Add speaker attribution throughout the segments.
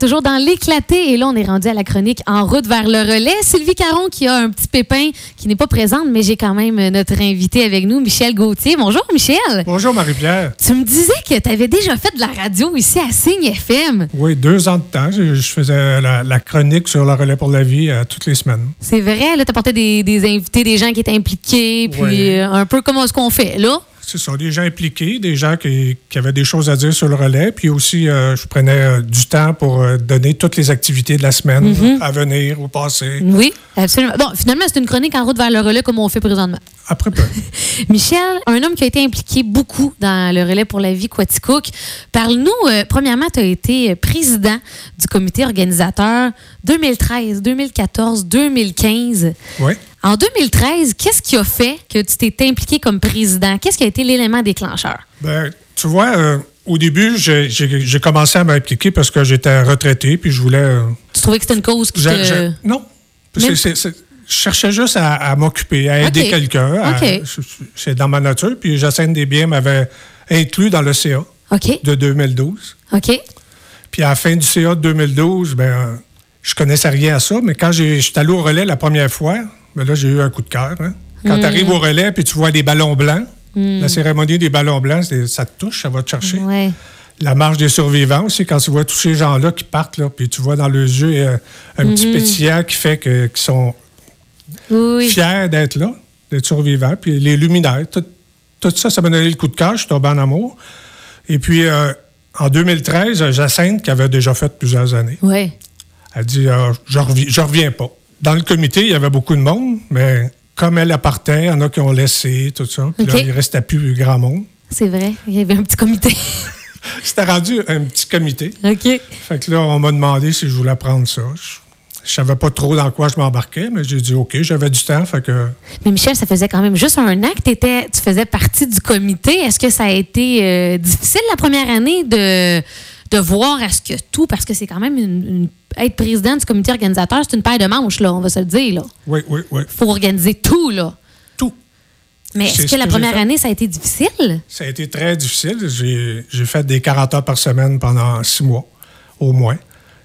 Speaker 1: Toujours dans l'éclaté, et là, on est rendu à la chronique En route vers le relais. Sylvie Caron, qui a un petit pépin, qui n'est pas présente, mais j'ai quand même notre invité avec nous, Michel Gauthier. Bonjour, Michel.
Speaker 2: Bonjour, Marie-Pierre.
Speaker 1: Tu me disais que tu avais déjà fait de la radio ici à Signe FM.
Speaker 2: Oui, deux ans de temps. Je, je faisais la, la, chronique sur le relais pour la vie euh, toutes les semaines.
Speaker 1: C'est vrai, là, tu apportais des, des, invités, des gens qui étaient impliqués, puis oui. euh, un peu comme ce qu'on fait, là
Speaker 2: ce sont des gens impliqués, des gens qui, qui, avaient des choses à dire sur le relais. Puis aussi, euh, je prenais euh, du temps pour euh, donner toutes les activités de la semaine mm -hmm. à venir ou passer.
Speaker 1: Oui, absolument. Bon, finalement, c'est une chronique en route vers le relais comme on fait présentement.
Speaker 2: Après peu.
Speaker 1: Michel, un homme qui a été impliqué beaucoup dans le relais pour la vie Quaticook. Parle-nous, euh, premièrement, tu as été euh, président du comité organisateur 2013, 2014, 2015.
Speaker 2: Oui.
Speaker 1: En 2013, qu'est-ce qui a fait que tu t'es impliqué comme président? Qu'est-ce qui a été l'élément déclencheur?
Speaker 2: Ben, tu vois, euh, au début, j'ai commencé à m'impliquer parce que j'étais retraité, puis je voulais... Euh,
Speaker 1: tu trouvais que c'était une cause qui te...
Speaker 2: Non. Même... C est, c est, je cherchais juste à, à m'occuper, à aider okay. quelqu'un. Okay. C'est dans ma nature. Puis Jacinthe Desbiens m'avait inclus dans le CA
Speaker 1: okay.
Speaker 2: de 2012.
Speaker 1: OK.
Speaker 2: Puis à la fin du CA de 2012, ben, je connaissais rien à ça, mais quand je suis allé au relais la première fois, ben là, j'ai eu un coup de cœur. Hein? Quand mmh. tu arrives au relais puis tu vois des ballons blancs, mmh. la cérémonie des ballons blancs, ça te touche, ça va te chercher.
Speaker 1: Ouais.
Speaker 2: La marche des survivants aussi, quand tu vois tous ces gens-là qui partent, là, puis tu vois dans leurs yeux euh, un mmh. petit pétillant qui fait qu'ils qu sont
Speaker 1: oui.
Speaker 2: fiers d'être là, d'être survivants. Puis les luminaires, tout, tout ça, ça m'a donné le coup de cœur, je suis tombé en amour. Et puis, euh, en 2013, Jacinthe, qui avait déjà fait plusieurs années,
Speaker 1: ouais.
Speaker 2: elle dit euh, Je reviens, je reviens pas dans le comité, il y avait beaucoup de monde, mais comme elle appartient, il y en a qui ont laissé, tout ça. Puis okay. là, il ne restait plus grand monde.
Speaker 1: C'est vrai, il y avait un petit comité.
Speaker 2: C'était rendu un petit comité.
Speaker 1: OK.
Speaker 2: Fait que là, on m'a demandé si je voulais prendre ça. Je savais pas trop dans quoi je m'embarquais, mais j'ai dit OK, j'avais du temps. Fait que...
Speaker 1: Mais Michel, ça faisait quand même juste un an que étais, tu faisais partie du comité. Est-ce que ça a été euh, difficile la première année de, de voir à ce que tout, parce que c'est quand même une, une être président du comité organisateur, c'est une paire de manches, là, on va se le dire. Là.
Speaker 2: Oui, oui, oui.
Speaker 1: faut organiser tout, là.
Speaker 2: Tout.
Speaker 1: Mais est-ce est que, que, la première année, ça a été difficile?
Speaker 2: Ça a été très difficile. J'ai fait des 40 heures par semaine pendant six mois, au moins.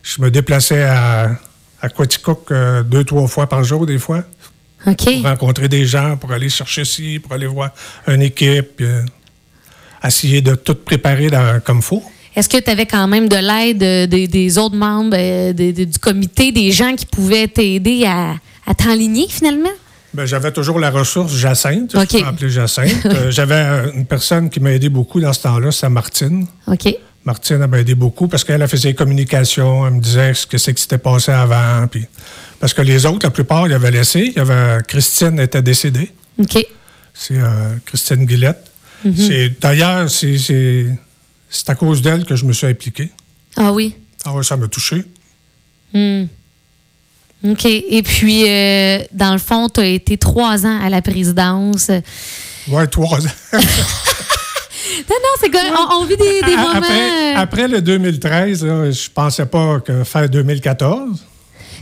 Speaker 2: Je me déplaçais à, à Quaticook euh, deux, trois fois par jour, des fois.
Speaker 1: OK.
Speaker 2: Pour rencontrer des gens, pour aller chercher ci, pour aller voir une équipe, euh, essayer de tout préparer dans, comme il faut.
Speaker 1: Est-ce que tu avais quand même de l'aide euh, des, des autres membres euh, de, de, du comité, des gens qui pouvaient t'aider à, à t'enligner finalement?
Speaker 2: Ben, j'avais toujours la ressource Jacinthe, okay. je peux appeler Jacinthe. euh, j'avais une personne qui m'a aidé beaucoup dans ce temps-là, c'est Martine.
Speaker 1: OK.
Speaker 2: Martine, elle m'a aidé beaucoup parce qu'elle faisait les communications, elle me disait ce que c'est qui s'était passé avant. Puis... Parce que les autres, la plupart, ils avaient laissé. Il y avait... Christine était décédée.
Speaker 1: OK.
Speaker 2: C'est euh, Christine Guillette. Mm -hmm. D'ailleurs, c'est c'est à cause d'elle que je me suis impliqué.
Speaker 1: Ah oui?
Speaker 2: Ah oui, ça m'a touché.
Speaker 1: Mm. OK. Et puis, euh, dans le fond, tu as été trois ans à la présidence.
Speaker 2: Ouais, trois ans. non,
Speaker 1: non, c'est on, on, vit des, des moments. euh,
Speaker 2: Après, après le 2013, là, je pensais pas que faire 2014.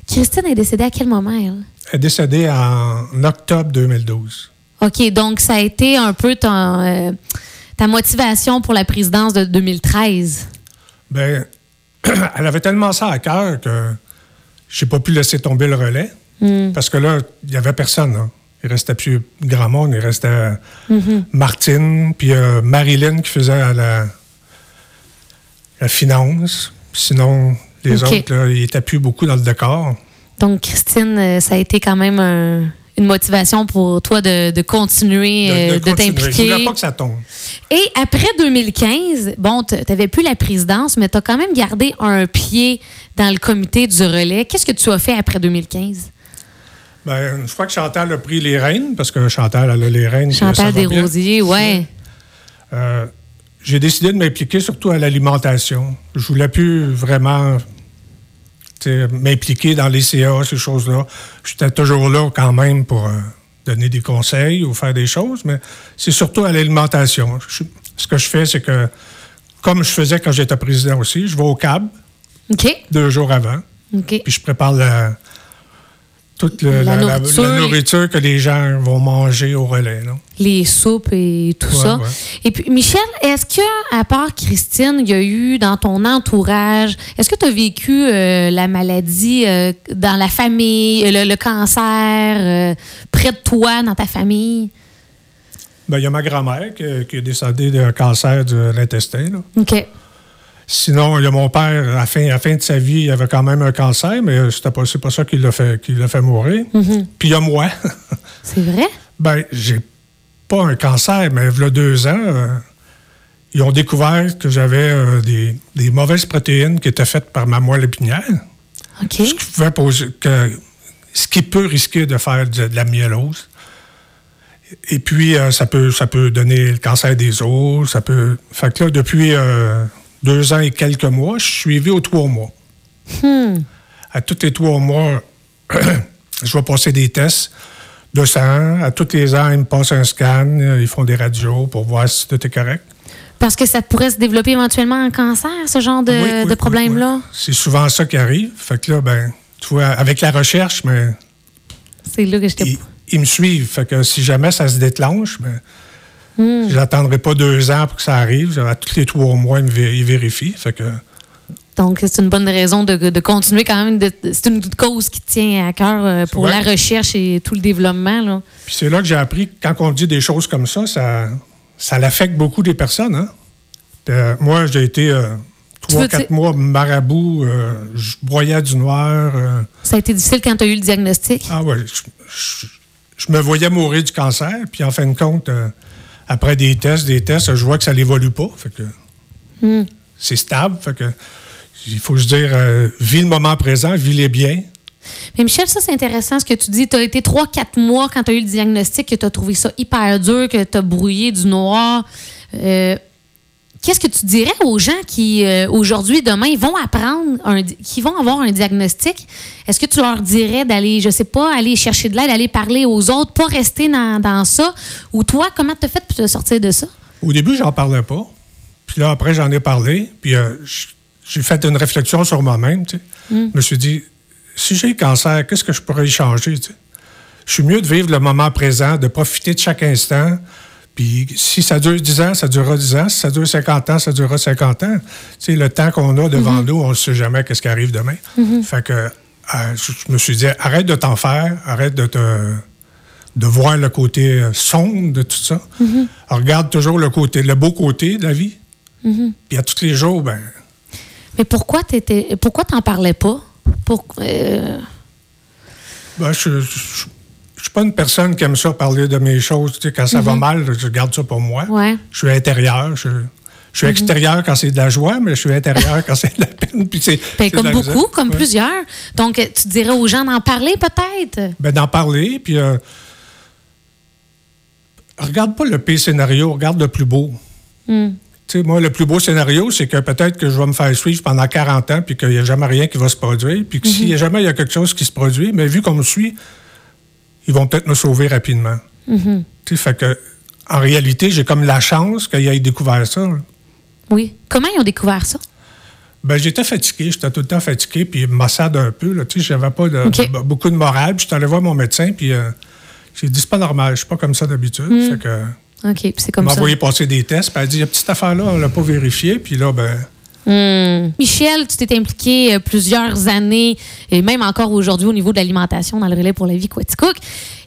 Speaker 1: Christine est décédée à quel moment, elle?
Speaker 2: Elle est décédée en octobre 2012.
Speaker 1: OK. Donc, ça a été un peu ton. Euh, ta motivation pour la présidence de 2013?
Speaker 2: Bien, Ben, elle avait tellement ça à cœur que j'ai pas pu laisser tomber le relais.
Speaker 1: Hmm.
Speaker 2: Mm. Parce que là, il y avait personne. Hein. Il restait plus grand monde. Il restait mm
Speaker 1: Mm-hmm.
Speaker 2: -hmm. Martine, puis euh, Marilyn qui faisait la, la finance. Sinon, les okay. autres, là, ils étaient plus beaucoup dans le décor.
Speaker 1: Donc, Christine, euh, ça a été quand même un, une motivation pour toi de, de continuer euh, de, t'impliquer.
Speaker 2: Je voulais pas que ça tombe.
Speaker 1: Et après 2015, bon, tu n'avais plus la présidence, mais tu as quand même gardé un pied dans le comité du relais. Qu'est-ce que tu as fait après 2015?
Speaker 2: Bien, une fois Ben, que Chantal a pris les rênes, parce que Chantal, elle a les rênes.
Speaker 1: Chantal Desrosiers, oui.
Speaker 2: Euh, J'ai décidé de m'impliquer surtout à l'alimentation. Je voulais plus vraiment m'impliquer dans les CA, ces choses-là. J'étais toujours là quand même pour euh, donner des conseils ou faire des choses, mais c'est surtout à l'alimentation. Ce que je fais, c'est que, comme je faisais quand j'étais président aussi, je vais au CAB
Speaker 1: okay.
Speaker 2: deux jours avant.
Speaker 1: Okay.
Speaker 2: Puis je prépare la, toute le-
Speaker 1: La
Speaker 2: la, la- la
Speaker 1: nourriture,
Speaker 2: nourriture,
Speaker 1: les-
Speaker 2: que les gens vont manger au relais. là.
Speaker 1: les soupes et tout
Speaker 2: Ouais,
Speaker 1: ça.
Speaker 2: ouais.
Speaker 1: Et puis, Michel, est-ce que, à part Christine, il y a eu dans ton entourage, est-ce que tu as vécu euh, la maladie euh, dans la famille, euh, le, le cancer, euh, près de toi, dans ta famille?
Speaker 2: Ben, Il y a ma grand-mère qui, qui est décédée d'un cancer de l'intestin. là.
Speaker 1: OK.
Speaker 2: Sinon, il y a mon père, à la fin, à la fin de sa vie, il avait quand même un cancer, mais euh, c'était pas, c'est pas ça qui l'a fait, qui l'a fait mourir. Puis il y a moi.
Speaker 1: C'est vrai?
Speaker 2: ben, j'ai pas un cancer, mais il y a deux ans, euh, ils ont découvert que j'avais euh, des, des mauvaises protéines qui étaient faites par ma moelle épinière.
Speaker 1: OK.
Speaker 2: ce qui pouvait poser- que- ce qui peut risquer de faire de, de la myélose. Et puis, euh, ça, peut, ça peut donner le cancer des os, ça peut... Fait que là, depuis euh, deux ans et quelques mois, je suis suivi aux trois mois. À tous les trois mois, je vais passer des tests de sang. À tous les ans, ils me passent un scan, euh, ils font des radios pour voir si tout est correct.
Speaker 1: Parce que ça pourrait se développer éventuellement en cancer, ce genre Euh, de,
Speaker 2: Ah Oui, oui,
Speaker 1: de
Speaker 2: oui,
Speaker 1: problème-là?
Speaker 2: oui. C'est souvent ça qui arrive. Fait que là, ben, tu vois, avec la recherche, mais
Speaker 1: C'est là que j'étais.
Speaker 2: ils, ils me suivent. Fait que si jamais ça se déclenche, ben,
Speaker 1: Hmm.
Speaker 2: j'attendrai pas deux ans pour que ça arrive. À tous les trois mois, ils, me vé- ils vérifient. Fait que,
Speaker 1: Donc, c'est une bonne raison de, de continuer quand même. de- C'est une cause qui tient à cœur euh, pour
Speaker 2: Ouais.
Speaker 1: la recherche et tout le développement. Là.
Speaker 2: puis c'est là que j'ai appris que quand on dit des choses comme ça, ça, ça l'affecte beaucoup des personnes. hein. Euh, moi, j'ai été euh, trois,
Speaker 1: veux
Speaker 2: quatre
Speaker 1: dire-
Speaker 2: mois marabout. euh, je broyais du noir. euh,
Speaker 1: Ça a été difficile quand tu as eu le diagnostic?
Speaker 2: Ah ouais, je, je- je me voyais mourir du cancer, puis en fin de compte, euh, après des tests, des tests, je vois que ça n'évolue pas. Fait que c'est stable. Fait que il faut se dire euh, vis le moment présent, vis les bien.
Speaker 1: Mais Michel, ça, c'est intéressant ce que tu dis. Tu as été 3-4 mois quand tu as eu le diagnostic, que tu as trouvé ça hyper dur, que tu as brouillé du noir. Euh, Qu'est-ce que tu dirais aux gens qui, euh, aujourd'hui, demain, ils vont apprendre, un di- qui vont avoir un diagnostic? Est-ce que tu leur dirais d'aller, je sais pas, aller chercher de l'aide, aller parler aux autres, pas rester dans, dans ça? Ou toi, comment tu as fait pour te sortir de ça?
Speaker 2: Au début, j'en parlais pas. Puis là, après, j'en ai parlé. Puis euh, j- j'ai fait une réflexion sur moi-même. tu sais. Je me suis dit, si j'ai le cancer, qu'est-ce que je pourrais y changer? tu sais? Je suis mieux de vivre le moment présent, de profiter de chaque instant. Puis si ça dure 10 ans, ça durera 10 ans. Si ça dure 50 ans, ça durera 50 ans. Tu sais, le temps qu'on a devant nous, on ne sait jamais qu'est-ce qui arrive demain. Fait que euh, je je me suis dit, arrête de t'en faire, arrête de te de voir le côté euh, sombre de tout ça.
Speaker 1: Mm-hmm.
Speaker 2: On regarde toujours le côté, le beau côté de la vie.
Speaker 1: Mm-hmm.
Speaker 2: Puis à tous les jours, ben,
Speaker 1: Mais pourquoi t'étais, pourquoi t'en parlais pas? Pour, euh,
Speaker 2: ben, je je- je- je suis pas une personne qui aime ça parler de mes choses. Tu sais, quand ça va mal, je garde ça pour moi.
Speaker 1: Mm-hmm. Ouais. Mm-hmm.
Speaker 2: Je suis intérieur. Je, je suis extérieur quand c'est de la joie, mais je suis intérieur quand c'est de la peine. Puis c'est-
Speaker 1: Ben,
Speaker 2: c'est de
Speaker 1: comme
Speaker 2: la
Speaker 1: beaucoup,
Speaker 2: misère.
Speaker 1: comme
Speaker 2: Ouais.
Speaker 1: plusieurs. Donc, euh, tu dirais aux gens d'en parler peut-être.
Speaker 2: Ben, d'en parler, puis euh, regarde pas le pire scénario, regarde le plus beau. Tu sais, moi, le plus beau scénario, c'est que peut-être que je vais me faire suivre pendant 40 ans, puis qu'il n'y a jamais rien qui va se produire, puis que s'il y a jamais il y a quelque chose qui se produit, mais vu qu'on me suit, ils vont peut-être me sauver rapidement. Tu sais, fait que, en réalité, j'ai comme la chance qu'ils aient découvert ça. là.
Speaker 1: Oui. Comment ils ont découvert ça?
Speaker 2: Ben, j'étais fatigué, j'étais tout le temps fatigué, puis massade un peu. Là, tu sais, j'avais pas de-
Speaker 1: OK.
Speaker 2: b- beaucoup de morale. Puis j'étais allé voir mon médecin, puis euh, j'ai dit c'est pas normal, je suis pas comme ça d'habitude. Fait que
Speaker 1: OK, puis c'est
Speaker 2: elle
Speaker 1: comme
Speaker 2: m'a
Speaker 1: Hmm. ça.
Speaker 2: envoyé passer des tests, puis elle a dit il y a petite affaire là, on l'a pas vérifié, puis là ben
Speaker 1: Hmm. Michel, tu t'es impliqué euh, plusieurs années et même encore aujourd'hui au niveau de l'alimentation dans le relais pour la vie Quaticook.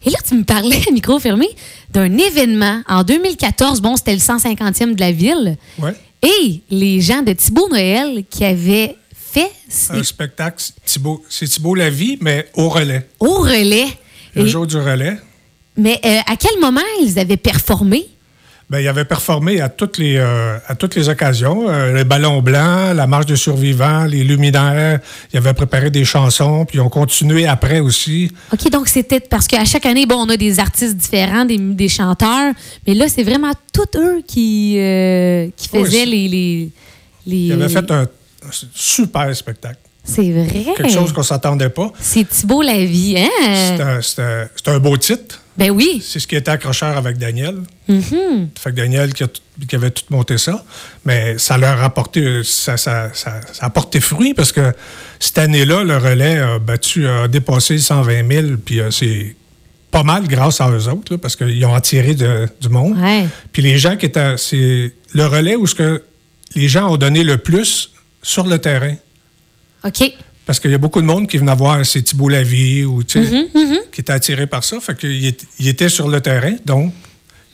Speaker 1: Et là, tu me parlais, à micro fermé, d'un événement en 2014. Bon, c'était le 150e de la ville.
Speaker 2: ouais,
Speaker 1: Et les gens de Thibault Noël qui avaient fait
Speaker 2: un spectacle Thibault, c'est Thibault la vie, mais au relais,
Speaker 1: au relais.
Speaker 2: le
Speaker 1: Et-
Speaker 2: jour du relais.
Speaker 1: mais euh, à quel moment ils avaient performé?
Speaker 2: Ben, il avait performé à toutes les, euh, à toutes les occasions. Euh, les ballons blancs, la marche de survivants, les luminaires. Il avait préparé des chansons, puis on continuait après aussi.
Speaker 1: OK, donc c'était parce qu'à chaque année, bon, on a des artistes différents, des, des chanteurs, mais là, c'est vraiment tous eux qui, euh, qui
Speaker 2: Oui,
Speaker 1: faisaient
Speaker 2: c'est-
Speaker 1: les, les, les-
Speaker 2: Il avait fait un un super spectacle.
Speaker 1: C'est vrai.
Speaker 2: Quelque chose qu'on ne s'attendait pas.
Speaker 1: C'est Thibault la vie, hein?
Speaker 2: C'est un, c'est un- c'est un beau titre.
Speaker 1: Ben oui.
Speaker 2: C'est ce qui était accrocheur avec Daniel.
Speaker 1: Mhm.
Speaker 2: Fait que Daniel qui, a tout- qui avait tout monté ça. Mais ça leur a apporté, ça, ça- ça- ça a porté fruit parce que cette année-là, le relais a battu, a dépassé 120 000. Puis euh, c'est pas mal grâce à eux autres là, parce qu'ils ont attiré de- du monde.
Speaker 1: Ouais.
Speaker 2: Puis les gens qui étaient. C'est le relais où ce que les gens ont donné le plus sur le terrain.
Speaker 1: OK.
Speaker 2: Parce qu'il y a beaucoup de monde qui venait voir ces Thibault Lavie ou tu sais, qui était attiré par ça. Fait qu'il est- il était sur le terrain, donc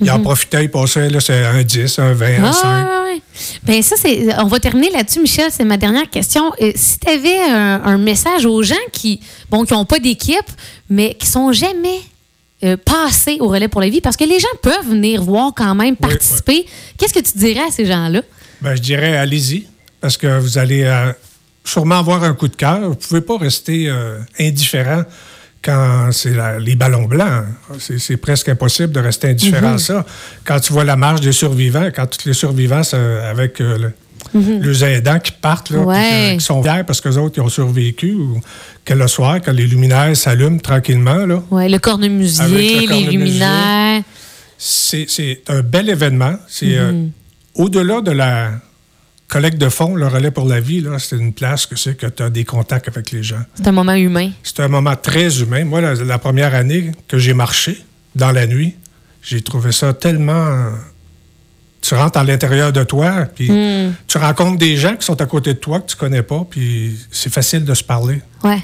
Speaker 2: il en profitait, il passait là, c'est un 10, un 20, un 5.
Speaker 1: Ah, ouais, ouais, ouais. Ben ça, c'est. On va terminer là-dessus, Michel. C'est ma dernière question. Euh, si tu avais un, un message aux gens qui, bon, qui n'ont pas d'équipe, mais qui sont jamais euh, passés au relais pour la vie, parce que les gens peuvent venir voir quand même participer. Qu'est-ce que tu dirais à ces gens-là?
Speaker 2: Ben, je dirais allez-y, parce que vous allez euh, sûrement avoir un coup de cœur. Vous ne pouvez pas rester euh, indifférent quand c'est la- les ballons blancs. C'est c'est presque impossible de rester indifférent à ça. Quand tu vois la marche des survivants, quand tous les survivants ça- avec euh, le- les aidants qui partent, là, puis
Speaker 1: Ouais.
Speaker 2: que- qui sont fiers parce qu'eux autres, ils ont survécu, ou que le soir, quand les luminaires s'allument tranquillement, là,
Speaker 1: Ouais, le
Speaker 2: Avec
Speaker 1: cornemusier,
Speaker 2: le
Speaker 1: les
Speaker 2: cornemusier.
Speaker 1: luminaires.
Speaker 2: c'est c'est un bel événement. C'est euh, au-delà de la collecte de fonds, le relais pour la vie, là, c'est une place que c'est que tu as des contacts avec les gens.
Speaker 1: C'est un moment humain.
Speaker 2: C'est un moment très humain. Moi, la, la première année que j'ai marché dans la nuit, j'ai trouvé ça tellement. euh, Tu rentres à l'intérieur de toi, puis tu rencontres des gens qui sont à côté de toi que tu connais pas, puis c'est facile de se parler.
Speaker 1: Ouais.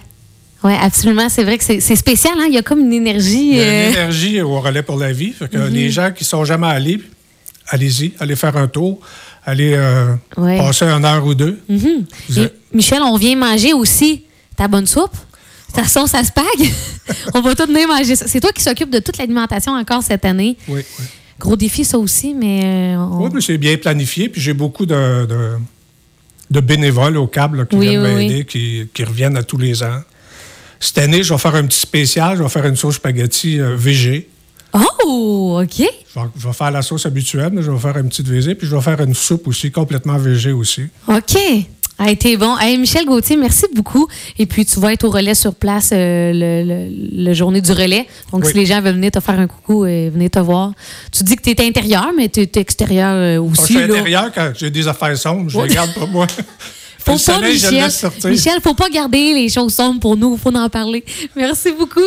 Speaker 1: Ouais, absolument. C'est vrai que c'est c'est spécial. Hein? Il y a comme une énergie.
Speaker 2: Il y a
Speaker 1: euh, Mhm.
Speaker 2: une énergie au relais pour la vie. Fait que Les gens qui sont jamais allés, allez-y, allez faire un tour, allez euh,
Speaker 1: Ouais. Mhm.
Speaker 2: passer une heure ou deux. Vous
Speaker 1: Et
Speaker 2: êtes-
Speaker 1: Michel, on vient manger aussi ta bonne soupe, ta sauce à spag. on va tout venir manger ça. C'est toi qui s'occupe de toute l'alimentation encore cette année.
Speaker 2: Oui, oui.
Speaker 1: Gros défi, ça aussi, mais. euh, on-
Speaker 2: Oui, mais c'est bien planifié. Puis j'ai beaucoup de, de- de bénévoles au câble là, qui
Speaker 1: Oui,
Speaker 2: viennent
Speaker 1: oui,
Speaker 2: m'aider, qui, qui reviennent à tous les ans. Cette année, je vais faire un petit spécial. Je vais faire une sauce spaghetti euh, VG.
Speaker 1: Oh, OK.
Speaker 2: Je vais, je vais faire la sauce habituelle, mais je vais faire une petite VG. Puis je vais faire une soupe aussi, complètement VG aussi.
Speaker 1: OK. A été bon. Hey, Michel Gauthier, merci beaucoup. Et puis, tu vas être au relais sur place euh, le, le- le journée du relais. Donc,
Speaker 2: Oui.
Speaker 1: si les gens veulent venir te faire un coucou, euh, venez te voir. Tu dis que tu es intérieur, mais tu es, extérieur euh,
Speaker 2: Quand Ah, je
Speaker 1: aussi.
Speaker 2: suis
Speaker 1: là.
Speaker 2: intérieur, quand j'ai des affaires sombres, je les garde pour moi.
Speaker 1: Faut pas,
Speaker 2: Le soleil, je le
Speaker 1: Michel.
Speaker 2: laisse sortir.
Speaker 1: Michel, faut pas garder les choses sombres pour nous. Faut en parler. Merci beaucoup.